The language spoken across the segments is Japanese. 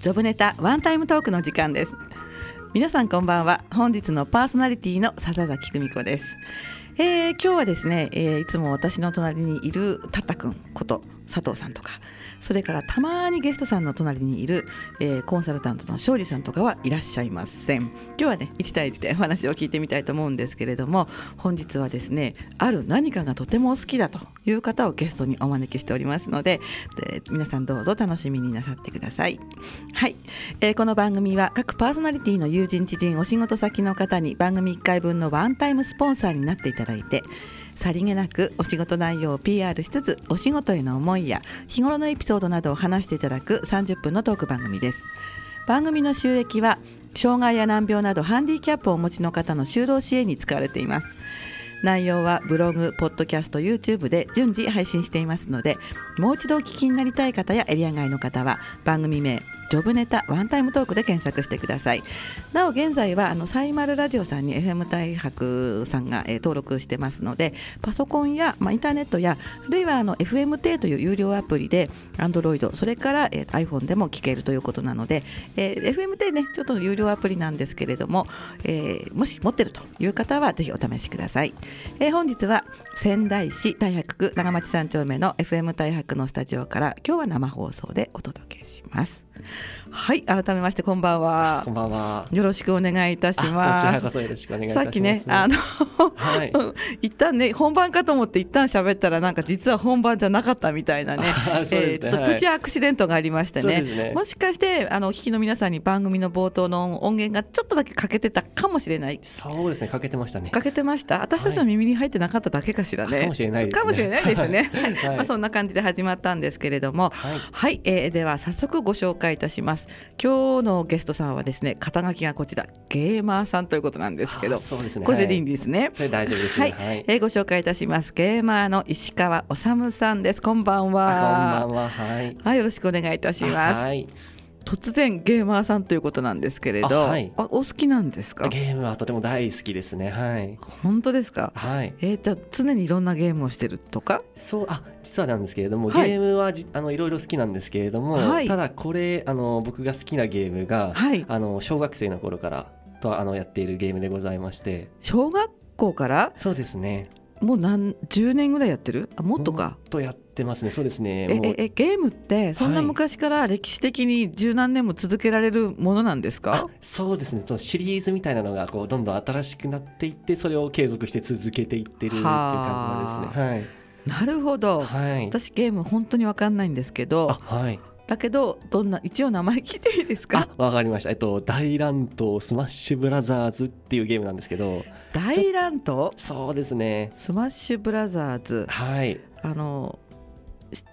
ジョブネタワンタイムトークの時間です皆さんこんばんは本日のパーソナリティの笹崎久美子ですえー今日はですね、えーいつも私の隣にいるタッタくんこと佐藤さんとかそれからたまにゲストさんの隣にいる、えーコンサルタントの庄司さんとかはいらっしゃいません今日はね1対1でお話を聞いてみたいと思うんですけれども本日はですねある何かがとてもお好きだという方をゲストにお招きしておりますのでで皆さんどうぞ楽しみになさってくださいはい、えーこの番組は各パーソナリティの友人知人お仕事先の方に番組1回分のワンタイムスポンサーになっていただいてさりげなくお仕事内容を PR しつつお仕事への思いや日頃のエピソードなどを話していただく30分のトーク番組です番組の収益は障害や難病などハンディキャップをお持ちの方の就労支援に使われています内容はブログ、ポッドキャスト、YouTube で順次配信していますのでもう一度お聞きになりたい方やエリア外の方は番組名「ジョブネタワンタイムトーク」で検索してくださいなお現在はあのサイマルラジオさんに FM 大白さんが、えー登録してますのでパソコンや、まあ、インターネットやあるいはあの FMT という有料アプリで Android それから、えー iPhone でも聞けるということなので、えー FMT ねちょっと有料アプリなんですけれども、えーもし持ってるという方はぜひお試しください、えー本日は仙台市大白区長町三丁目の FM 大白のスタジオから今日は生放送でお届けしますはい改めましてこんばんはこんばんは。よろしくお願いいたしあこちまらすこそよろしくお願いいたしさます。っきね、あの、はい 一旦ね、本番かと思って、一旦喋ったら、なんか実は本番じゃなかったみたい なね。あそうえでーちすょねっとプチアクシデントがありましてそうね。ですねもしかして、あの、お聞きの皆さんに番組の冒頭の音源がちょっとだけ欠けてたかもしれない。そうですね、かけてましたね。欠けてました。私たちの耳に入ってなかっただけかしらね。はいかもしれないですね。かもしれないです ねはいまあ、そんな感じで始まったんですけれども。はい。はい、えーでは早速ご紹介いたします今日のゲストさんはですね肩書きがこちらゲーマーさんということなんですけあどそうですね。これでいいんはですねい。それ大丈夫ですはね。いはい。えーご紹介いたしますゲーマーの石川治さんですこんばんあこはんばんは。はい。はいよろしくお願いいたします、あはい。突然ゲーマーさんということなんですけれどあ、あはいお好きなんですかゲームはとても大好きですね。はい。本当ですかはい。えー、じゃあ常にいろんなゲームをしてるとかそうあ実はなんですけれども、はいゲームはじあのいろいろ好きなんですけれども、はいただこれあの僕が好きなゲームが、はいあの小学生の頃からとあのやっているゲームでございまして小学校からそうですねもう何10年ぐらいやってるあもっとか、とやってますねそうですねえもうええゲームってそんなはい昔から歴史的に十何年も続けられるものなんですか、そうですねそのシリーズみたいなのがこうどんどん新しくなっていってそれを継続して続けていってるっていう感じなんですねなるほど、はいはい私ゲーム本当にわかんないんですけどあはいだけどどんな一応名前聞いていいですあかわかりましたえっと大乱闘スマッシュブラザーズっていうゲームなんですけど大乱闘そうですねスマッシュブラザーズはいあのし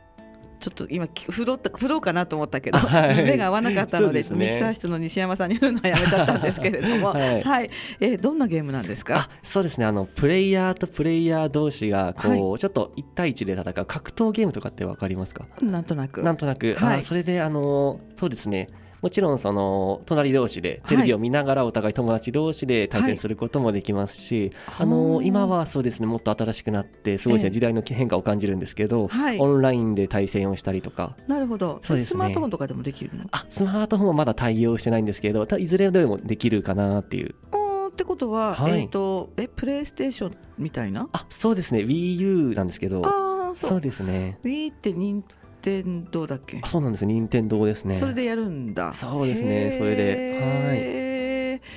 ちょっと今き振ろうと振ろうかなと思ったけど、はい目が合わなかったのでそうですねミキサー室の西山さんに振るのはやめちゃったんですけれどもは、はいいえーどんなゲームなんですあかそうですねあのプレイヤーとプレイヤー同士がこう、ちょっと1対1で戦う格闘ゲームとかってわかりますかなんとなくなんとなく、はいあそれであのそうですねもちろんその隣同士でテレビを見ながらお互い友達同士で対はい戦することもできますし、あの今はそうですねもっと新しくなってすごいですえねえ時代の変化を感じるんですけど、はいオンラインで対戦をしたりとかなるほど、そうですねスマートフォンとかでもできるのあスマートフォンはまだ対応してないんですけどたいずれでもできるかなっていうおーってことは、はいえっ、とえプレイステーションみたいなあそうですね WiiU なんですけどああそうそうですね Wii って任天堂だっけあそうなんです任天堂ですねそれでやるんだそうですねそれではいい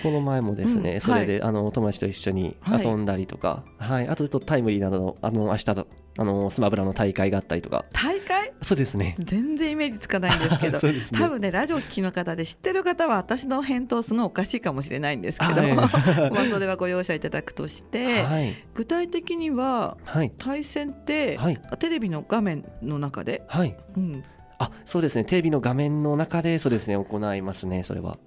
この前もですね、うんそれで、あの友達と一緒にはい遊んだりとか、はいあとちょっとタイムリーなどのあの明日のあのスマブラの大会があったりとか大会そうですね。全然イメージつかないんですけど そうですね多分ねラジオ聞きの方で知ってる方は私の返答すごいおかしいかもしれないんですけど、はい まあそれはご容赦いただくとして、はい具体的にははい対戦って、はいテレビの画面の中で、はいうん、あそうですねテレビの画面の中でそうですね行いますねそれは。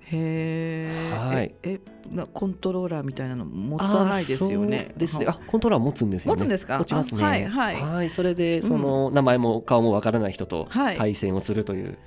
へーはいええなコントローラーみたいなの持たないですよあーねそうですね。はあコントローラー持つんですよね。持つんですか持ちますね。あはいはいそれでその、名前も顔もわからない人とはい対戦をするという。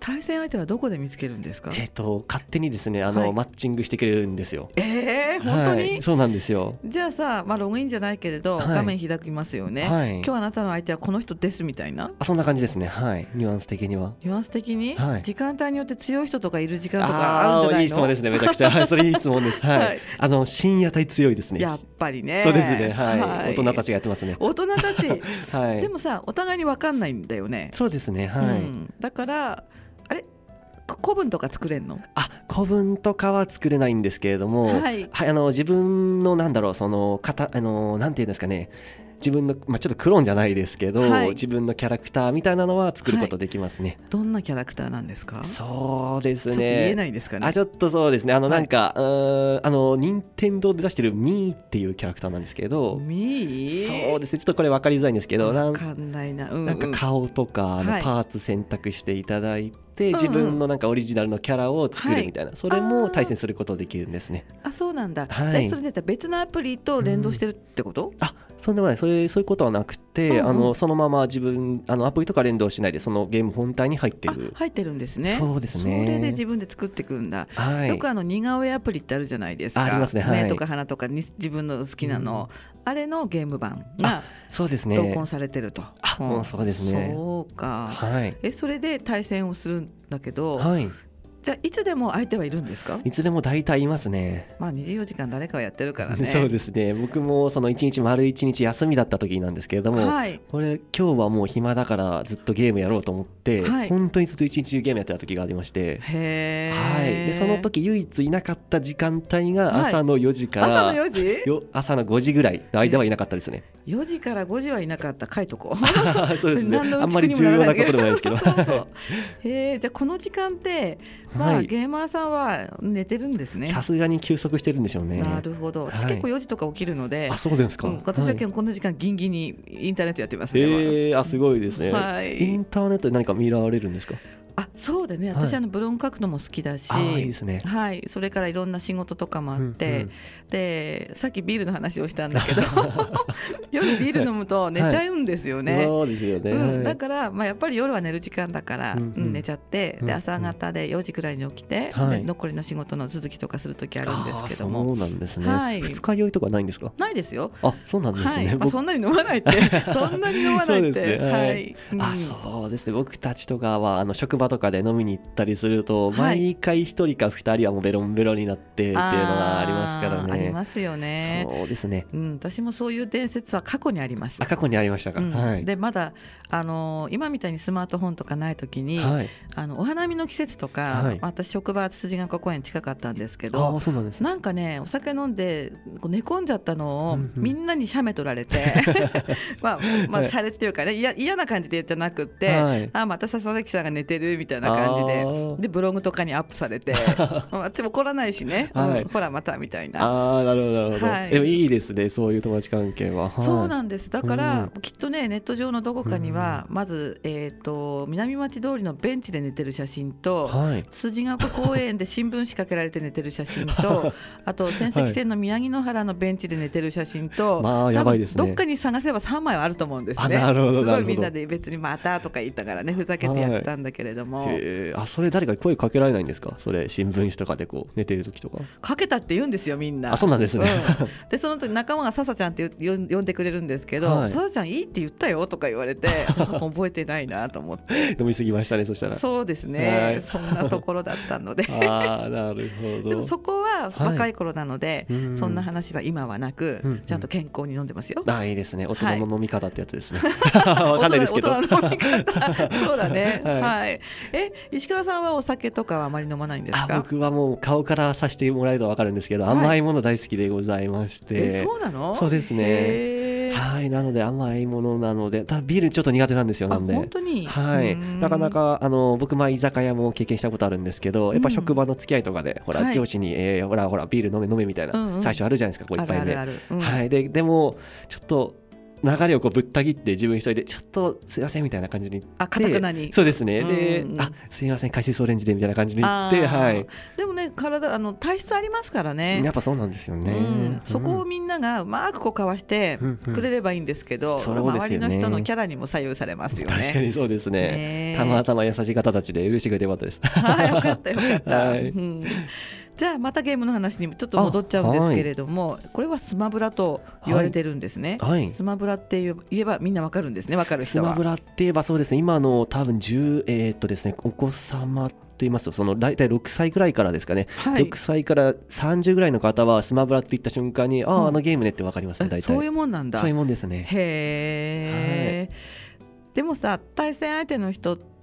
対戦相手はどこで見つけるんですか。えっ、と勝手にですねあの、はいマッチングしてくれるんですよ。えー、 本当に、はいそうなんですよ。じゃあさ、まあ、ログインじゃないけれど、はい画面開きますよね、はい。今日あなたの相手はこの人ですみたいなあそんな感じですね。はい。ニュアンス的には。ニュアンス的に、はい時間帯によって強い人とかいる時間とかあるんじゃあなあーいいい質の問ですね。めちゃくちゃ。はいそれいい質問です。はい。はいあの深夜帯強いですね。やっぱりねそうですね。はい。大人たちちがやってますね。大人たち はい。でもさお互いに分かんないんだよね、そうですね。はい。うん、だからあれこ古文とか作れんのあ古文とかは作れないんですけれども、はいあの自分のなんだろうその型あのなんていうんですかね自分の、まあ、ちょっとクローンじゃないですけど、はい自分のキャラクターみたいなのは作ることできますね。どんなキャラクターなんですかちょそうですっね。と言えないんですかねあちょっとそうですねあのはいなんか、うーんあの任天堂で出してるミーっていうキャラクターなんですけど、みーそうですねちょっとこれ分かりづらいんですけどなん分かんないな,、うんうん、なんか顔とかあのはいパーツ選択していただういて、んうん自分のなんかオリジナルのキャラを作るみたいな、それあもー対戦することできるんですね。あそうなんだ、はいえそれで別のアプリと連動してるってこと、あそんでもないそれそういうことはなくて、うんうんあのそのまま自分あのアプリとか連動しないでそのゲーム本体に入ってある。入ってるんですねそうですねそれで自分で作っていくんだ、はい、よくあの似顔絵アプリってあるじゃないですかあありますねはい目とか鼻とかに自分の好きなの、あれのゲーム版がそうですね。同梱されてると、あもうそうですねそうか、はいえそれで対戦をするんだけど、はいじゃあいつでも相手はいるんですかいつでも大体いますね。まあ24時間誰かはやってるからね そうですね僕もその一日丸一日休みだった時なんですけれども、はいこれ今日はもう暇だからずっとゲームやろうと思って、はい本当にずっと一日中ゲームやってた時がありまして、へはい、え、でその時唯一いなかった時間帯はがい朝の4時から、朝の4時よ朝の5時ぐらいの間はいなかったですね。 4時から5時はいなかった書いとこそうですね。何のあうんちまくりにも重ならな要ないけことどでもないで すけど。そう そうえー、じゃあこの時間って、まあはいゲーマーさんは寝てるんですねさすがに休息してるんでしょうね。なるほど、はい私結構4時とか起きるのであ、そうですか。うん私ははい今日この時間ギンギンにインターネットやってますね、えー、あすごいですね。はいインターネットで何か見られるんですか。あそうでねはい私あのブログ書くのも好きだし、あーいいですね。はい、それからいろんな仕事とかもあって、うんうんでさっきビールの話をしたんだ けど夜ビール飲むと寝ちゃうんですよね。そうですよね。うん、はだいから、まあ、やっぱり夜は寝る時間だから、うんうんうん寝ちゃってうんうでん朝方で4時くらいに起きて、はいで残りの仕事の続きとかする時あるんですけどあーそもうなんですね。はい二日酔いとかないんですか。ないですよ。あ、そうなんですはい、ね。まあ、僕そんなに飲まない って、そんなに飲まないっそうでて、すねははいい、うんあそうですね僕たちとかはあの職場とかで飲みに行ったりすると、はい毎回1人か2人はもうベロンベロンになってっていうのがありますからね。あーありますよね。そうですねうん、私もそういう伝説は過去にありますあ。過去にありましたか、うんはい、でまだ、あのー今みたいにスマートフォンとかない時に、はい、あのお花見の季節とか、はい私職場辻ヶ丘公園近かったんですけあどあそうなんですねなんかねお酒飲んでこう寝込んじゃったのをうんうんみんなにシャメ取られ てまあまあはいシャレっていうかねいや嫌な感じでじゃなくって、はいあまた笹崎さんが寝てるみたいな感じあで。ーでブログとかにアップされ てまああっちも怒らないしね、はいうんほらまたみたいなあーなるほどなるほど、はいでもいいですねそういう友達関係は、はい、そうなんですだから、うきっとねネット上のどこかには、まず、えー、と南町通りのベンチで寝てる写真と、はい辻ヶ丘公園で新聞紙かけられて寝てる写真 とあと仙石線の宮城野原のベンチで寝てる写真と、まあやばいです多分どっねかに探せば3枚はあると思うんですねあなるほどすなるごほいどみんなで別に「また」とか言ったからねふざけてやってたんだけれども、へーあそれ誰か声かけられないんですかそれ新聞紙とかでこう寝てる時とかかけたって言うんですよみんな。あそうなんですね、うんでその時仲間が「笹ちゃん」ってよ呼んでくれるんですけど「はい笹、ちゃんいいって言ったよ」とか言われ てその子覚えてないなと思って飲みすぎましたねそしたらそうですはねいそんなところだったのでああなるほどでもそこははい若い頃なので、うんそんな話は今はなく、うんちゃんと健康に飲んでますよ。あーいいですね大人の飲み方ってやつです ね、わ大かんな人いですけど大人の飲み 方そうだね、ははいいえ石川さんはお酒とかはあまり飲まないんですあか僕はもう顔からさせてもらえるとわかるんですけど、はい甘いもの大好きでございましえてそうなのそうですねへーはいなので甘いものなのでただビールちょっと苦手なんですよあなんで本当にはい、なかなかあの僕、まあ、居酒屋も経験したことあるんですけどやっぱ職場の付き合いとかで、ほはらい上司に、えーほらほらビール飲め飲めみたいな、うんうん最初あるじゃないですかこう一いっぱい杯あ目るあるある、うんはい、ででもちょっと流れをこうぶった切って自分一人でちょっとすいませんみたいな感じに行ってあかたくなにそうですねで、うんあすいません海水オレンジでみたいな感じで行あっーてはいでもね体あの体質ありますからねやっぱそうなんですよね、うん、そこを見みんながうまくこうかわしてくれればいいんですけど、うんそうですよね周りの人のキャラにも左右されますよね。確かにそうですねねえたま たま優しい方たちで嬉しくてよかったですはいよかったよかった、はいうんじゃあまたゲームの話にちょっと戻っちゃうんですけれども、これはスマブラと言われてるんですね、はいスマブラって言えばみんなわかるんですねわかるス人はマブラって言えばそうですね今の多分10えーっとですねお子様と言いますとその大体6歳ぐらいからですかね、はい6歳から30ぐらいの方はスマブラって言った瞬間に、あうんああのゲームねってわかりますねえ大体そういうもんなんだそういうもんですねへえ、でもさ対戦相手の人って、はい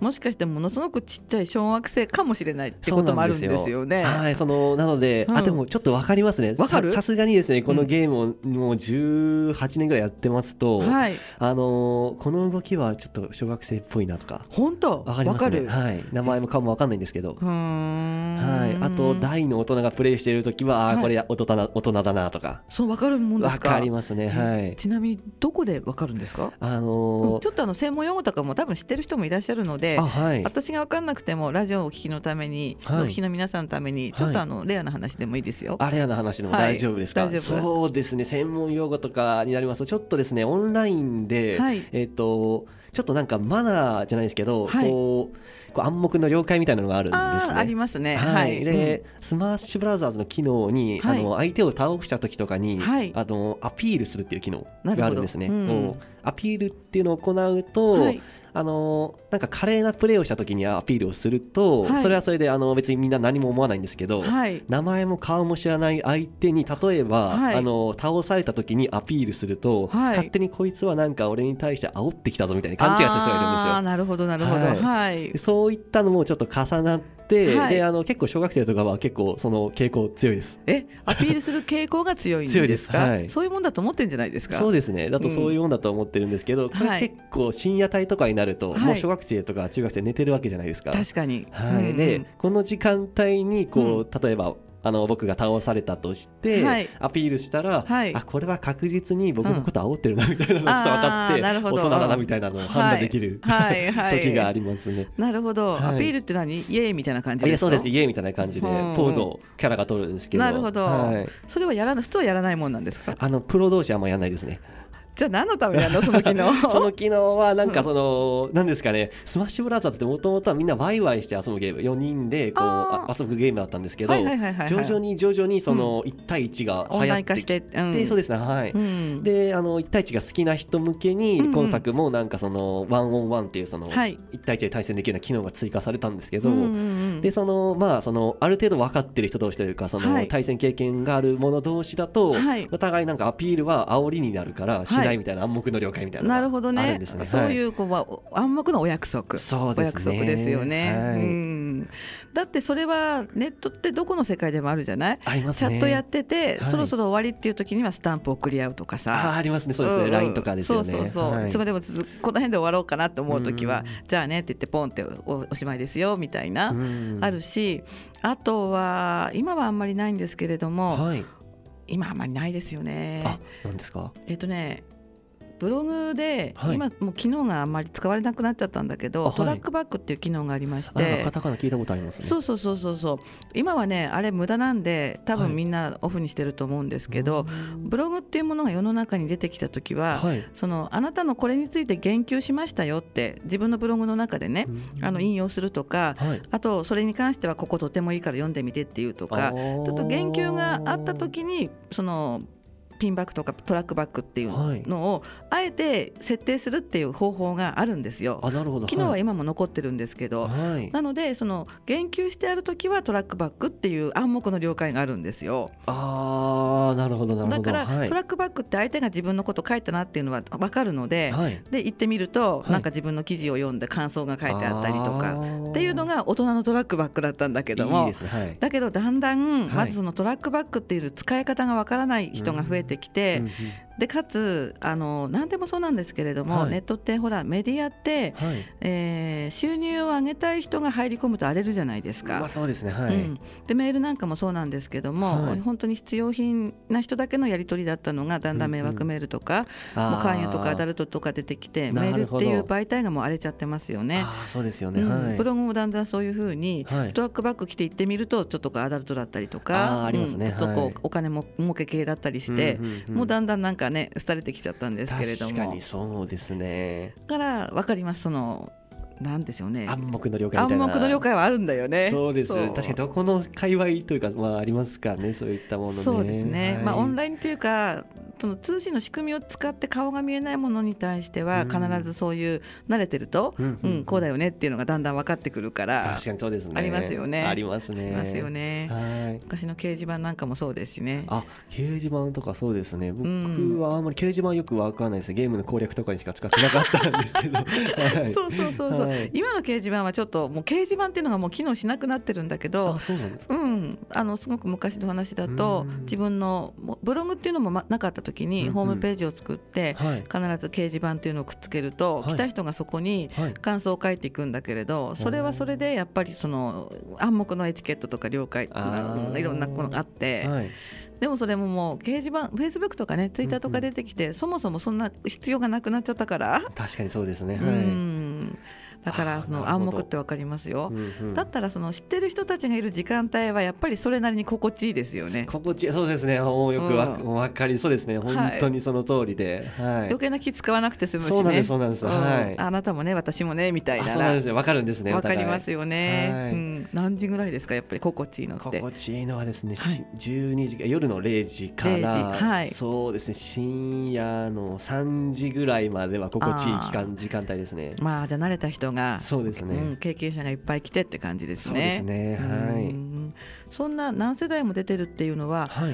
もしかしてものすごくちっちゃい小惑星かもしれないってこともあるんですよね。はい、そのなので、うんあでもちょっとわかりますね。わかるささすがにですね、このゲームをもう18年ぐらいやってますと、はいあのーこの動きはちょっと小学生っぽいなとか。本当わかりますね。はい、名前も顔もわかんないんですけど。うーんはい、あと大の大人がプレイしている時は、あはーいこれ大人な大人だなとか。そうわかるもんでわすか。かりますね。はえい。ちなみにどこでわかるんですか。あうんのちーょっとあの専門用語とかも多分知ってる人もいらっしゃるのであ、。はい。私が分かんなくてもラジオをお聞きのために、はいお聞きの皆さんのためにちょっとあの、レアな話でもいいですよ。あれやの話でもはい大丈夫ですか、大丈夫そうですね専門用語とかになりますとちょっとですねオンラインで、はいえっ、とちょっとなんかマナーじゃないですけど、はいこうこう暗黙の了解みたいなのがあるんですあね。ーありますね。はいはい。で、スマッシュブラザーズの機能に、はいあの相手を倒した時とかに、はいあのアピールするっていう機能なるほどがあるんですね。うんこうアピールっていうのを行うと、はいあのなんか華麗なプレーをした時にアピールをすると、はいそれはそれであの別にみんな何も思わないんですけど、はい。名前も顔も知らない相手に例えば、はいあの倒された時にアピールすると、はい勝手にこいつはなんか俺に対して煽ってきたぞみたいな勘違いする人がいあるーんでなるほどなるほど。はいはいすよ。そういったのもちょっと重なって、はいであの結構小学生とかは結構その傾向強いです。えアピールする傾向が強いん強いでですすかはいそういうもんだと思ってんじゃないですかそうですねだとそういうもんだと思ってるんですけど、こはれい結構深夜帯とかになると、はいもう小学生とか中学生寝てるわけじゃないですか。確かに、はいうんでこの時間帯にこう、例えばあの僕が倒されたとして、はいアピールしたら、はいあこれは確実に僕のこと煽ってるなみたいなのがちょっと分かって、あーなるほど大人だなみたいなのを判断できる、はいはいはい時がありますね。なるほど、はアいピールって何イエーイみたいな感じいでやすかそうです家みたいな感じでうポんうんーズをキャラが取るんですけど、なるほどはい、それはやらな普通はやらないもんなんですかあのプロ同士はあんまやんないですね。じゃあ何のためにや るの その機能その機能はなんかその、なんですかねスマッシュブラザーズってもともとはみんなワイワイして遊ぶゲーム4人でこうあーあ遊ぶゲームだったんですけど、はいはいはいはいはい徐々に徐々にその1対1がオン流ライ行っン化てしきて、て、うんそうですねはい。うんであの1対1が好きな人向けうんうにん今作もなんかそのワンオンワンっていうそのは1い対1で対戦できるような機能が追加されたんですけど、うんうんうんでそのまあそのある程度分かってる人同士というかそはのい対戦経験がある者同士だと、はいお互いなんかアピールは煽りになるからいしないみたいな暗黙の了解みたいななるのほどがあるねんですね。そういううこう、はお暗黙のお約束そうおです約ね束ですよね、はいうん、だってそれはネットってどこの世界でもあるじゃないありますチャね。ットやってて、はいそろそろ終わりっていう時にはスタンプ送り合うとかあーさ。ありますねそうですね、んん LINE とかですよね。そうそうそう、、はいいつまでも続くこの辺で終わろうかなと思う時は、じゃあねって言ってポンっておおしまいですよみたいな、うんあるしあとは今はあんまりないんですけれども、はい。今あんまりないですよね。あなんですか。えっとねブログで、はい今もう機能があんまり使われなくなっちゃったんだけど、あはいトラックバックっていう機能がありましあなんかてカ。タカナ聞いたことありますね。そううそうそうそうそう今はねあれ無駄なんで多は分いみんなオフにしてると思うんですけど、んブログっていうものが世の中に出てきた時は、はい。そのあなたのこれについて言及しましたよって自分のブログの中でね、あの引用するとか、はい。あとそれに関してはこことてもいいから読んでみてっていうとかあちーょっと言及があった時にそのピンバックとかトラックバックっていうのをあえて設定するっていう方法があるんですよ。あなるほど。機能はい今も残ってるんですけど、はい。なのでその言及してある時はトラックバックっていう暗黙の了解があるんですよ。ああなるほどなるほだど。から、はいトラックバックって相手が自分のこと書いたなっていうのは分かるので、はい。で行ってみると、はいなんか自分の記事を読んで感想が書いてあったりとかかっていうのが大人のトラックバックだったんだけけどもいいですね。はい。だけどだんだんはいまずそのトラックバックっていう使い方が分からない人が増えてきて、うんうんでかつあの何でもそうなんですけれども、はいネットってほらメディアって、はい。えー収入を上げたい人が入り込むと荒れるじゃないですか。まあそうですね。はい。うん、でメールなんかもそうなんですけども、はい本当に必要品な人だけのやり取りだったのがだんだん迷惑メールとか、あーもう勧誘とかアダルトとか出てきてメなールるっほてどいう媒体がもう荒れちゃってますよね。ああそうですようね。はんい。ブログもだんだんそういうふうにはいトラックバック来て行ってみるとちょっとこうアダルトだったりとかあーありますねうんちょっとはこいうお金も儲け系だったりして、んんんもうだんだんなんかね廃れてきちゃったんですけれども確かにそうですね。だから分かりますそのなんでしょうね暗黙の了解み暗たいな。黙の了解はあるんだよね。そうです。そう確かにどこの界隈というかまあありますからねそういったものね。そうですね、まあ、オンイラインというかその通信の仕組みを使って顔が見えないものに対してはうん必ずそういう慣れてると、ううんんうんこうだよねっていうのがだんだん分かってくるから確かにそうですね。ありますよねありますね。いますよね、はい。昔の掲示板なんかもそうですしね。あ掲示板とかそうですねうん僕はあんまり掲示板よくわかんないですゲームの攻略とかにしか使ってなかったんです けど、はい、そうそうそうそう、はい今の掲示板はちょっともう掲示板っていうのがもう機能しなくなってるんだけどあそうなんですかうん、あのすごく昔の話だとうん自分のもうブログっていうのもまなかった時うんにうんホームページを作っては必いず掲示板っていうのをくっつけるとはい来た人がそこにはい感想を書いていくんだけれどそれはそれでやっぱりその暗黙のエチケットとか了解あーうんいろんなものがあってはいでもそれももう掲示板フェイスブックとかねツイッターとか出てきてそもそもそんな必要がなくなっちゃったから、確かにそうですねうはい、ん、だかあらーそなのる暗ほど黙ってわかりますようん。うんだったらその知ってる人たちがいる時間帯はやっぱりそれなりに心地いいですよね。心地いいそうですねもうよくわ、うおん分かりそうですねはい本当にその通りで、はい余計な気使わなくて済むしね。そうなんですそうなんです、うんはいああなたもね私もねみたいなそうなんですらねわかるんですねわかりお互まいすよね、はいうん。何時ぐらいですかやっぱり心地いいのって。心地いいのはですね、はいし12時か夜の0時か0ら時はいそうですね深夜の3時ぐらいまでは心地いい期間時間帯ですね。まあじゃあ慣れた人がそうですねん経験者がいっぱい来てって感じですそうですね。ねはい、うんそんな何世代も出てるっていうのははい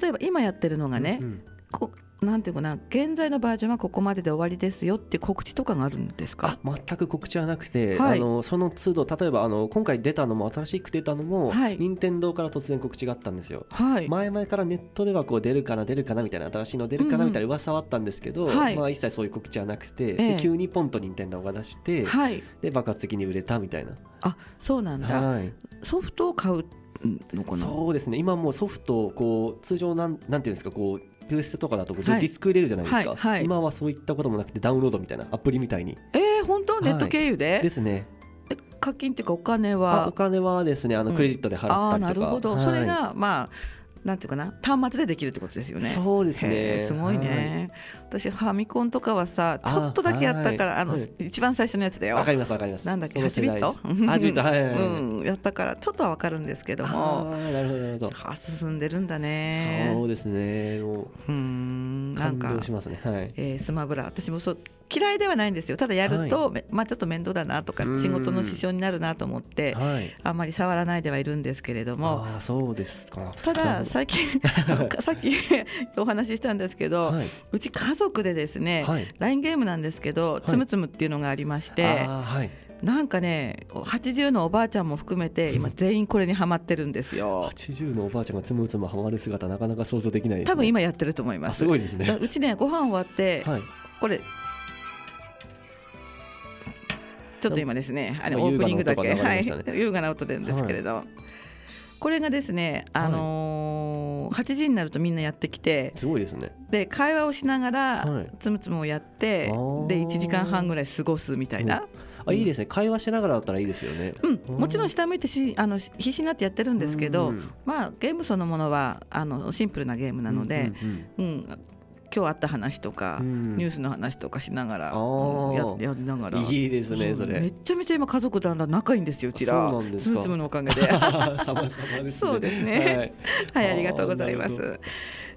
例えば今やってるのがね、うんうんこなんていうかな現在のバージョンはここまでで終わりですよって告知とかがあるんですかあ全く告知はなくて、はいあのその都度例えばあの今回出たのも新しく出たのも、はい任天堂から突然告知があったんですよ。はい、前々からネットではこう出るかな出るかなみたいな新しいの出るかうんうなんみたいな噂はあったんですけど、はいまあ、一切そういう告知はなくて、ええで急にポンと任天堂が出して、はいで爆発的に売れたみたいな。あそうなんだ、はい、ソフトを買うのかなそうですね今もうソフトをこう通常なんなんていうんですかこうプレステとかだとこうデはいィスク入れるじゃないですか、はいはい今はそういったこともなくてダウンロードみたいなアプリみたいにえー、本当いネット経由で,、ですねえ課金っていうかお金あおは金はですねあうのんクレジットであ払ったあーりなとるか、ほど、はいそれがまあなんていうかな端末でできるってことですよねそうですへねーすごいね、私ファミコンとかはさあちょっとだけやったからはあ,、いの、はい一番最初のやつだはいよわかりますわかりますなんだっけその世代8ビット8ビットはいはいはい、うん、やったからちょっとはわかるんですけどあもーなるほどなるほどあ進んでるんだねそうですねもうーんうなん感か動しますねはいえースマブラ私もそう嫌いではないんですよただやると、めまあ、ちょっと面倒だなとかうん仕事の支障になるなと思ってはいあんまり触らないではいるんですけれどもああそうですかたなだるほ最 近さっき お話ししたんですけど、どはいうち家族でですね、はい LINE ゲームなんですけど、いつむつむっていうのがありまして、あーはいなんかね、80のおばあちゃんも含めて、今全員これにハマってるんですよ。 80のおばあちゃんがつむつむハマる姿なかなか想像できないです、ね、多分今やってると思いまあす。すごいですだねうちね、ご飯終わって、はいこれちょっと今ですねあのまあオープニングだけ、優雅な音がは流れまいしたね、優雅な音でんですけれど、これがですね、あのー8時になるとみんなやってきてすごいですねで会話をしながら、はいつむつむをやってあーで1時間半ぐらい過ごすみたいな、あいいですね会話しながらだったらいいですよねうんもちろん下向いてしあのし必死になってやってるんですけど、うんうんまあ、ゲームそのものはあのシンプルなゲームなので、うんうん今日あった話とか、うんニュースの話とかしながら、あーうんややりながうら。んいいですねそめれっちゃめちゃ今家族だんだん仲いいんですようちらそうなんでつすかむつむのおかげ では様々ですねそうですねはいいありがとうございまあーなす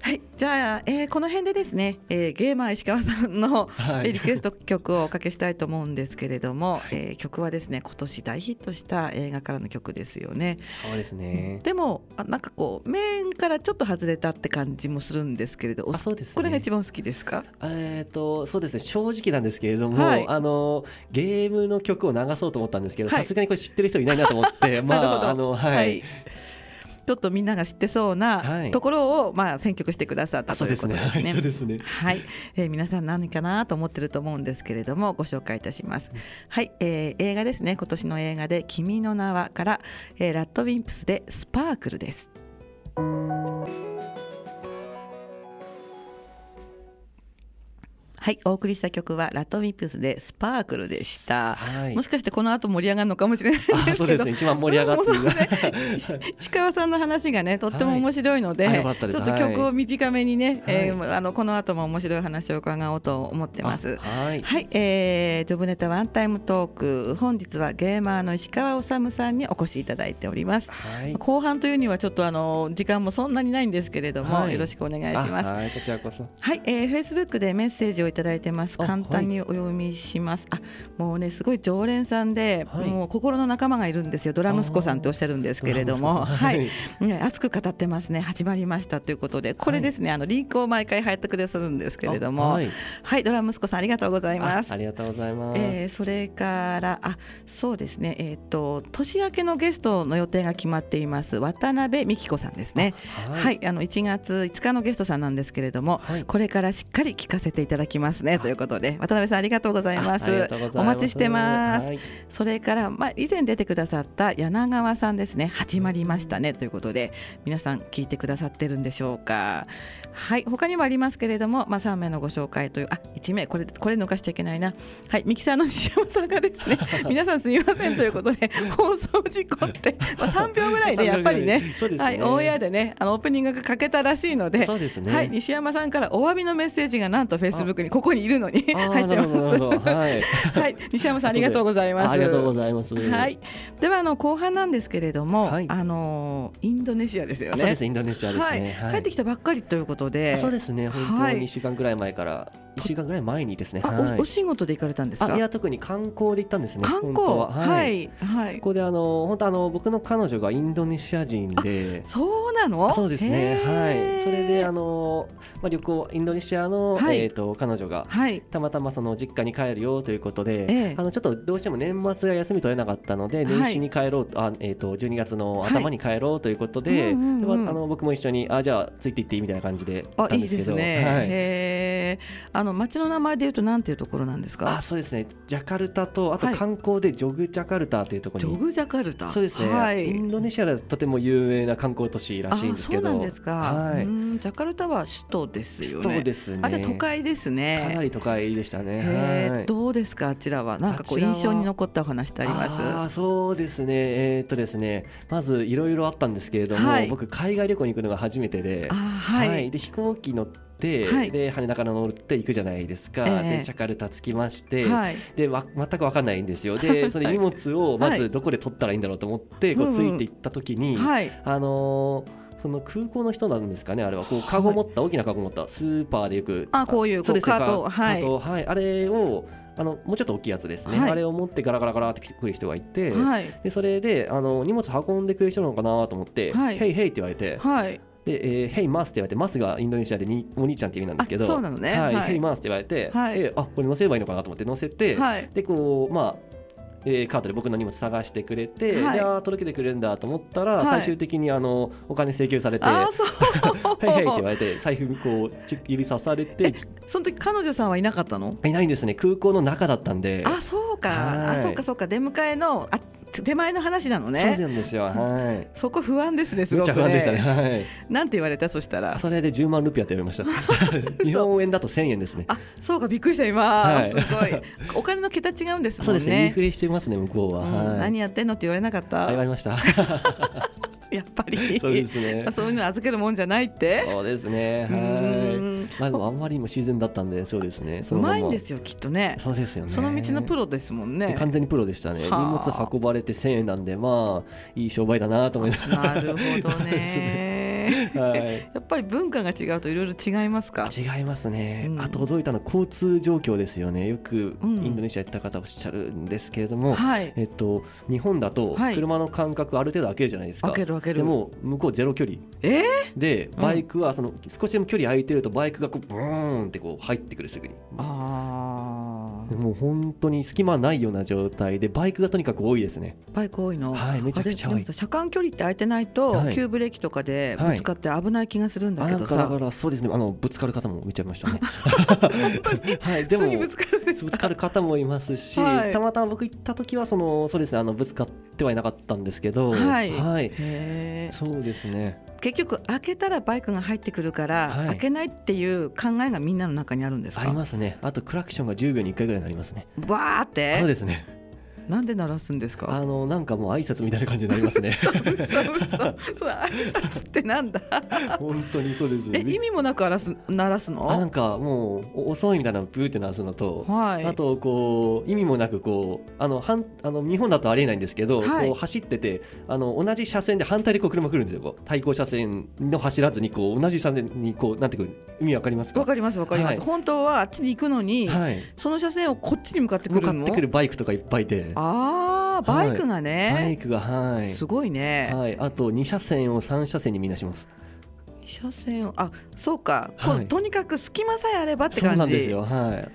はいじゃあ、えーこの辺でですね、えーゲーマー石川さんの、はいえーリクエスト曲をおかけしたいと思うんですけれども、えー曲はですね今年大ヒットした映画からの曲ですよね、そうですねでもあなんかこう面からちょっと外れたって感じもするんですけれどおあそうですねこれが一番好きですかえっとそうですね正直なんですけれども、はいあのゲームの曲を流そうと思ったんですけどはい さすがにこれ知ってる人いないなと思ってまなるほどああのはい、ちょっとみんなが知ってそうはないところを、まあ選曲してくださったそとういでうことすね。ではすいそうね。ですね。はい、えー皆さん何かなと思ってると思うんですけれどもご紹介いたしますはい、えー映画ですね今年の映画で君の名はから、えーラッドウィンプスでスパークルですはいお送りした曲はラッドウィンプスでスパークルでした、はいも。しかしてこの後盛り上がるのかもしれないですけあ、どそうですね。一番盛り上がっもてうそうね石川さんの話がねとっても面白いので、はいあよかったでちすょっと曲を短めにね、はいえーあのこの後も面白い話を伺おうと思ってます。あはい。はい、えー、ジョブネタワンタイムトーク本日はゲーマーの石川治さんにお越しいただいておりますはい。後半というにはちょっとあの時間もそんなにないんですけれども、はいよろしくお願いしますあはい、こちらこそ。はい、えー、Facebook でメッセージをいただいてます。あ簡単にお読みします。あ、もうねすごい常連さんで、はいもう心の仲間がいるんですよ。ドラムスコさんっておっしゃるんですけれども、ははいい、。ね熱く語ってますね。始まりましたということで、これですね、あのリンクを毎回配達でするんですけれども、あは、はいいドラムスコさんありがとうございまあす。ありがとうございます。えーそれからあそうですねえっ、と年明けのゲストの予定が決まっています渡辺美希子さんですねはい、はい。あの1月5日のゲストさんなんですけれども、はいこれからしっかり聞かせていただきますねということで渡辺さんありがとうございますあありがとうございますお待ちしてます、はいそれからまあ以前出てくださった柳川さんですね始まりましたねということで皆さん聞いてくださってるんでしょうかはい他にもありますけれどもまあ3名のご紹介というあ1名これこれ抜かしちゃいけないなはいミキサーの西山さんがです ね皆さんすみませんということで放送事故って、まあ、3秒ぐらいでやっぱりね。そうですね。はい、オンエアでね、あのオープニングがかけたらしいので。そうですね。はい、西山さんからお詫びのメッセージがなんとフェイスブックにここにいるのにあー入ってまなるほどなるほす。どはい。はい、西山さんありがとうございます。あありがとうございます。はい。、ではあの後半なんですけれども、はいあのインドネシアですよあね。そうですねインドネシアですね。はい、帰ってききたばっかりということで。そうですね。本は当いに一週間ぐらい前から一週間ぐらい前にですね。あ、はいおお仕事で行かれたんですあかい。や特に観光で行ったんですね。観光本当はははい。いはいこ。こであの本当あの僕の彼女がインドネシア人で。そうなの？そうですね、はい、それであのの、まあ、旅行インドネシアの、はいえー、と彼女がはいたまたまその実家に帰るよということで、ええあのちょっとどうしても年末が休み取れなかったのではい年始に帰ろうと,、あえー、と12月の頭に帰ろうということはいで,でうんうんまうんあ、あの僕も一緒にあじゃあついていっていいみたいな感じで行っあたんいいですでけすどね。はい、へーあの町の名前で言うとなんていうところなんですあか。そうですねジャカルタとあとはい観光でジョグジャカルタというとこジろに、ョグジャカルタ。そうですね、はイい。ンドネシアではとても有名な観光都市らしいんですけどあそうなんですか。はういんジャカルタは首都ですよね。そうですねあじゃあ都会ですね。かなり都会でしたね。へーはいどうですかあちらはなんかこうあちらは印象に残ったお話ってありまーそうですね、えーっとですね、まずいろいろあったんですけれども、はい僕、海外旅行に行くのが初めてで、す。あはい、で飛行機乗って、はいで羽田から乗って行くじゃないですか、ええでジャカルタ着きまして、はい、でわ全く分かんないんです よ、でそれ荷物をまずどこで取ったらいいんだろうと思って、こうんううんついていった時に、はい、あのーその空港の人なんですかね、あれは、こうカゴ持った、大きなカゴ持った、スーパーでよく、あこういうこうそうですねカートカはいカートはい、あれを、あのもうちょっと大きいやつですね、はいあれを持って、ガラガラガラって来てくる人がいて、はい、でそれであの荷物運んでくれる人なのかなと思って、はいヘイヘイって言われて、はい、で、えーヘイマスって言われて、マスがインドネシアでにお兄ちゃんって意味なんですけど、あそうなのねはいはいヘイマスって言われて、はいえーあこれ乗せればいいのかなと思って乗せて、はい、でこうまあえーカードで僕の荷物探してくれて、はいであー届けてくれるんだと思ったら、はい最終的にあのお金請求されて「あはーそう、いはい」って言われて財布にこうち指さされてその時彼女さんはいなかったの？いないんですね空港の中だったんで。あそうか、はいあそうかそうか出迎えのあ手前の話なのそうね。なんですよ、はい、そこ不安ですね すめごっくちね。ゃ不安でしたね、はい、なんて言われたそしたら。それで10万ルピアって言われま した。日本円だと1000円ですね。あそうかびっくりした今、はいすごいお金の桁違うんですそもうんでね。すね、インフレしてますね、向こううは。んはい、何やってんのって言われなかったあ言わ。れ ました。やっぱりそうですねあ。そういうの預けるもんじゃないって。そうですね、うーはんい。まあ、でもあんまり今自然だったんで、そうですね。。うまいんですすよきっとね。そうですよね。その道のプロですもんね。完全にプロでしたね。荷はあ物運ばれて1000円なんで、まあ、いい商売だなと思いながなるほどね。ら。はい。やっぱり文化が違うといろいろ違いますか。違いますね、うんあと驚いたのは交通状況ですよねよくイうんンドネシア行った方おっしゃるんですけれども、はい。えっと、日本だとはい車の間隔ある程度開けるじゃないですか、開ける開ける。でも向こうゼロ距離えでうんバイクはその少しでも距離空いてるとバイクがこうブーンってこう入ってくるすぐにあもう本当に隙間ないような状態でバイクがとにかく多いですね。バイク多いの。はい、めちゃくちゃあ多れでいも。さ車間距離って空いてないと、はい急ブレーキとかでぶつかって危ない気がするんだあけなんどかさ、だからそうですねあのぶつかる方も見ちゃいま したね。 はい、普でも通にぶつかるんですぶつかる方もいますし、はいたまたま僕行った時はそのそうですねあのぶつかってはいなかったんですけど、はいへーそうですね。結局開けたらバイクが入ってくるから、はい開けないっていう考えがみんなの中にあるんですかありますね。あとクラクションが10秒に1回ぐらいになりますね。わーっそうてですね。なんで鳴らすんですあかのなんかもう挨拶みたいな感じになり ますね。嘘嘘そう挨拶ってなんだ本当にそうですえね。意味もなく鳴らす鳴らすのあなんかもうお遅いみたいなブーって鳴らすのと、はいあとこう意味もなくこうあのはんあの日本だとありえないんですけど、はいこう走っててあの同じ車線で反対でこう車来るんですよこう対向車線の走らずにこう同じ車線にこうなんてくる意味わかりますかわかりますわかります、はい本当はあっちに行くのに、はい、その車線をこっちに向かってく向かるっのてくるバイクとかいっぱいであーバイクがバイね、クがはいすごいね、はい、あと2車線を3車線にみんなします車線をあそうか、はいこのとにかく隙間さえあればって感じそうなんですよはい、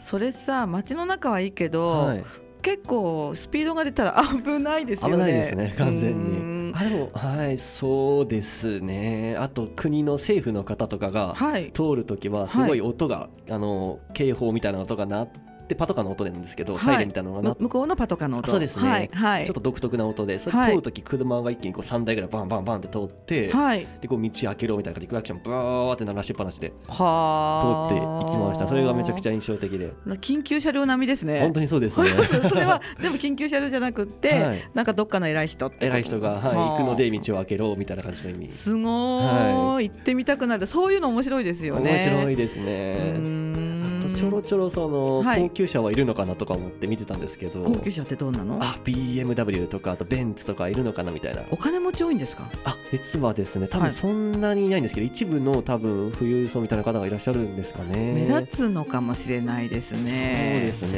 それさ街の中はいいけど、はい、結構スピードが出たら 危ないですよね危ないですね完う全んにあでもはいそうですねあと国の政府の方とかがはい通るときはすごい音が、あの警報みたいな音が鳴ってパトカーの音なんですけはど、いサイレンみたいなのが鳴むって向こうのパトカーの音あそうですねはいはいちょっと独特な音でそれはい通るとき車が一気にこう3台ぐらいバンバンバンって通って、はいでこう道開けろみたいな感じでクラクションブワーって鳴らしっぱなしで通はっていきましたそれがめちゃくちゃゃ印象的で緊急車両並みですね本当にそうですね それはでも緊急車両じゃなくって、はいなんかどっかの偉い人ってこと偉い人が、はい、行くので道を開けろみたいな感じの意味すごーい、行ってみたくなるそういうの面白いですよね面白いですうねーんちょろちょろそのはい高級車はいるのかなとか思って見てたんですけど、高級車ってどうなのあ BMW とかあとベンツとかいるのかなみたいなお金持ち多いんですかあ実はですね多はい分そんなにいないんですけど、一部の多分富裕層みたいな方がいらっしゃるんですかね目立つのかもしれないですそうねで。すね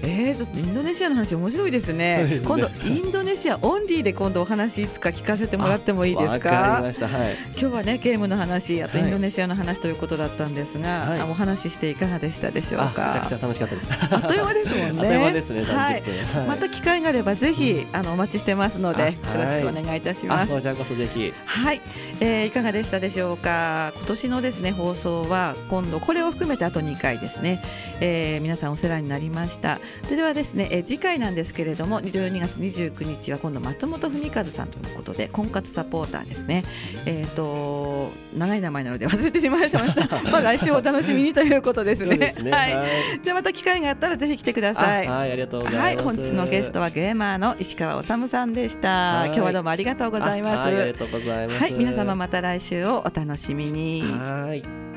えー、だってインドネシアの話面白いですねそうですね今度インドネシアオンリーで今度お話いつか聞かせてもらってもいいですわかかりましたはい今日はねゲームの話あとイはいンドネシアの話ということだったんですが、はいあお話ししていかがでしたでしょうあめかちゃくちゃ楽しかったですあっという間ですもんねあっという間ですねは30い、分はいまた機会があればぜひ、あのお待ちしてますのであよはろいしくお願いいたしまあすこちらこそぜひはい、えーいかがでしたでしょうか今年のですね放送は今度これを含めてあと2回ですね、えー皆さんお世話になりましたそれではですね、えー次回なんですけれども12月29日は今度松本文和さんということで婚活サポーターですねえっ、と長い名前なので忘れてしまいました まあ来週お楽しみにということですそうねですねはい、はいじゃあまた機会があったらぜひ来てくだあさいはいありがとうございますはい、本日のゲストはゲーマーの石川治さんでしたはい今日はどうもありがとうございますあはいありがとうございますはい、皆様また来週をお楽しみに。はい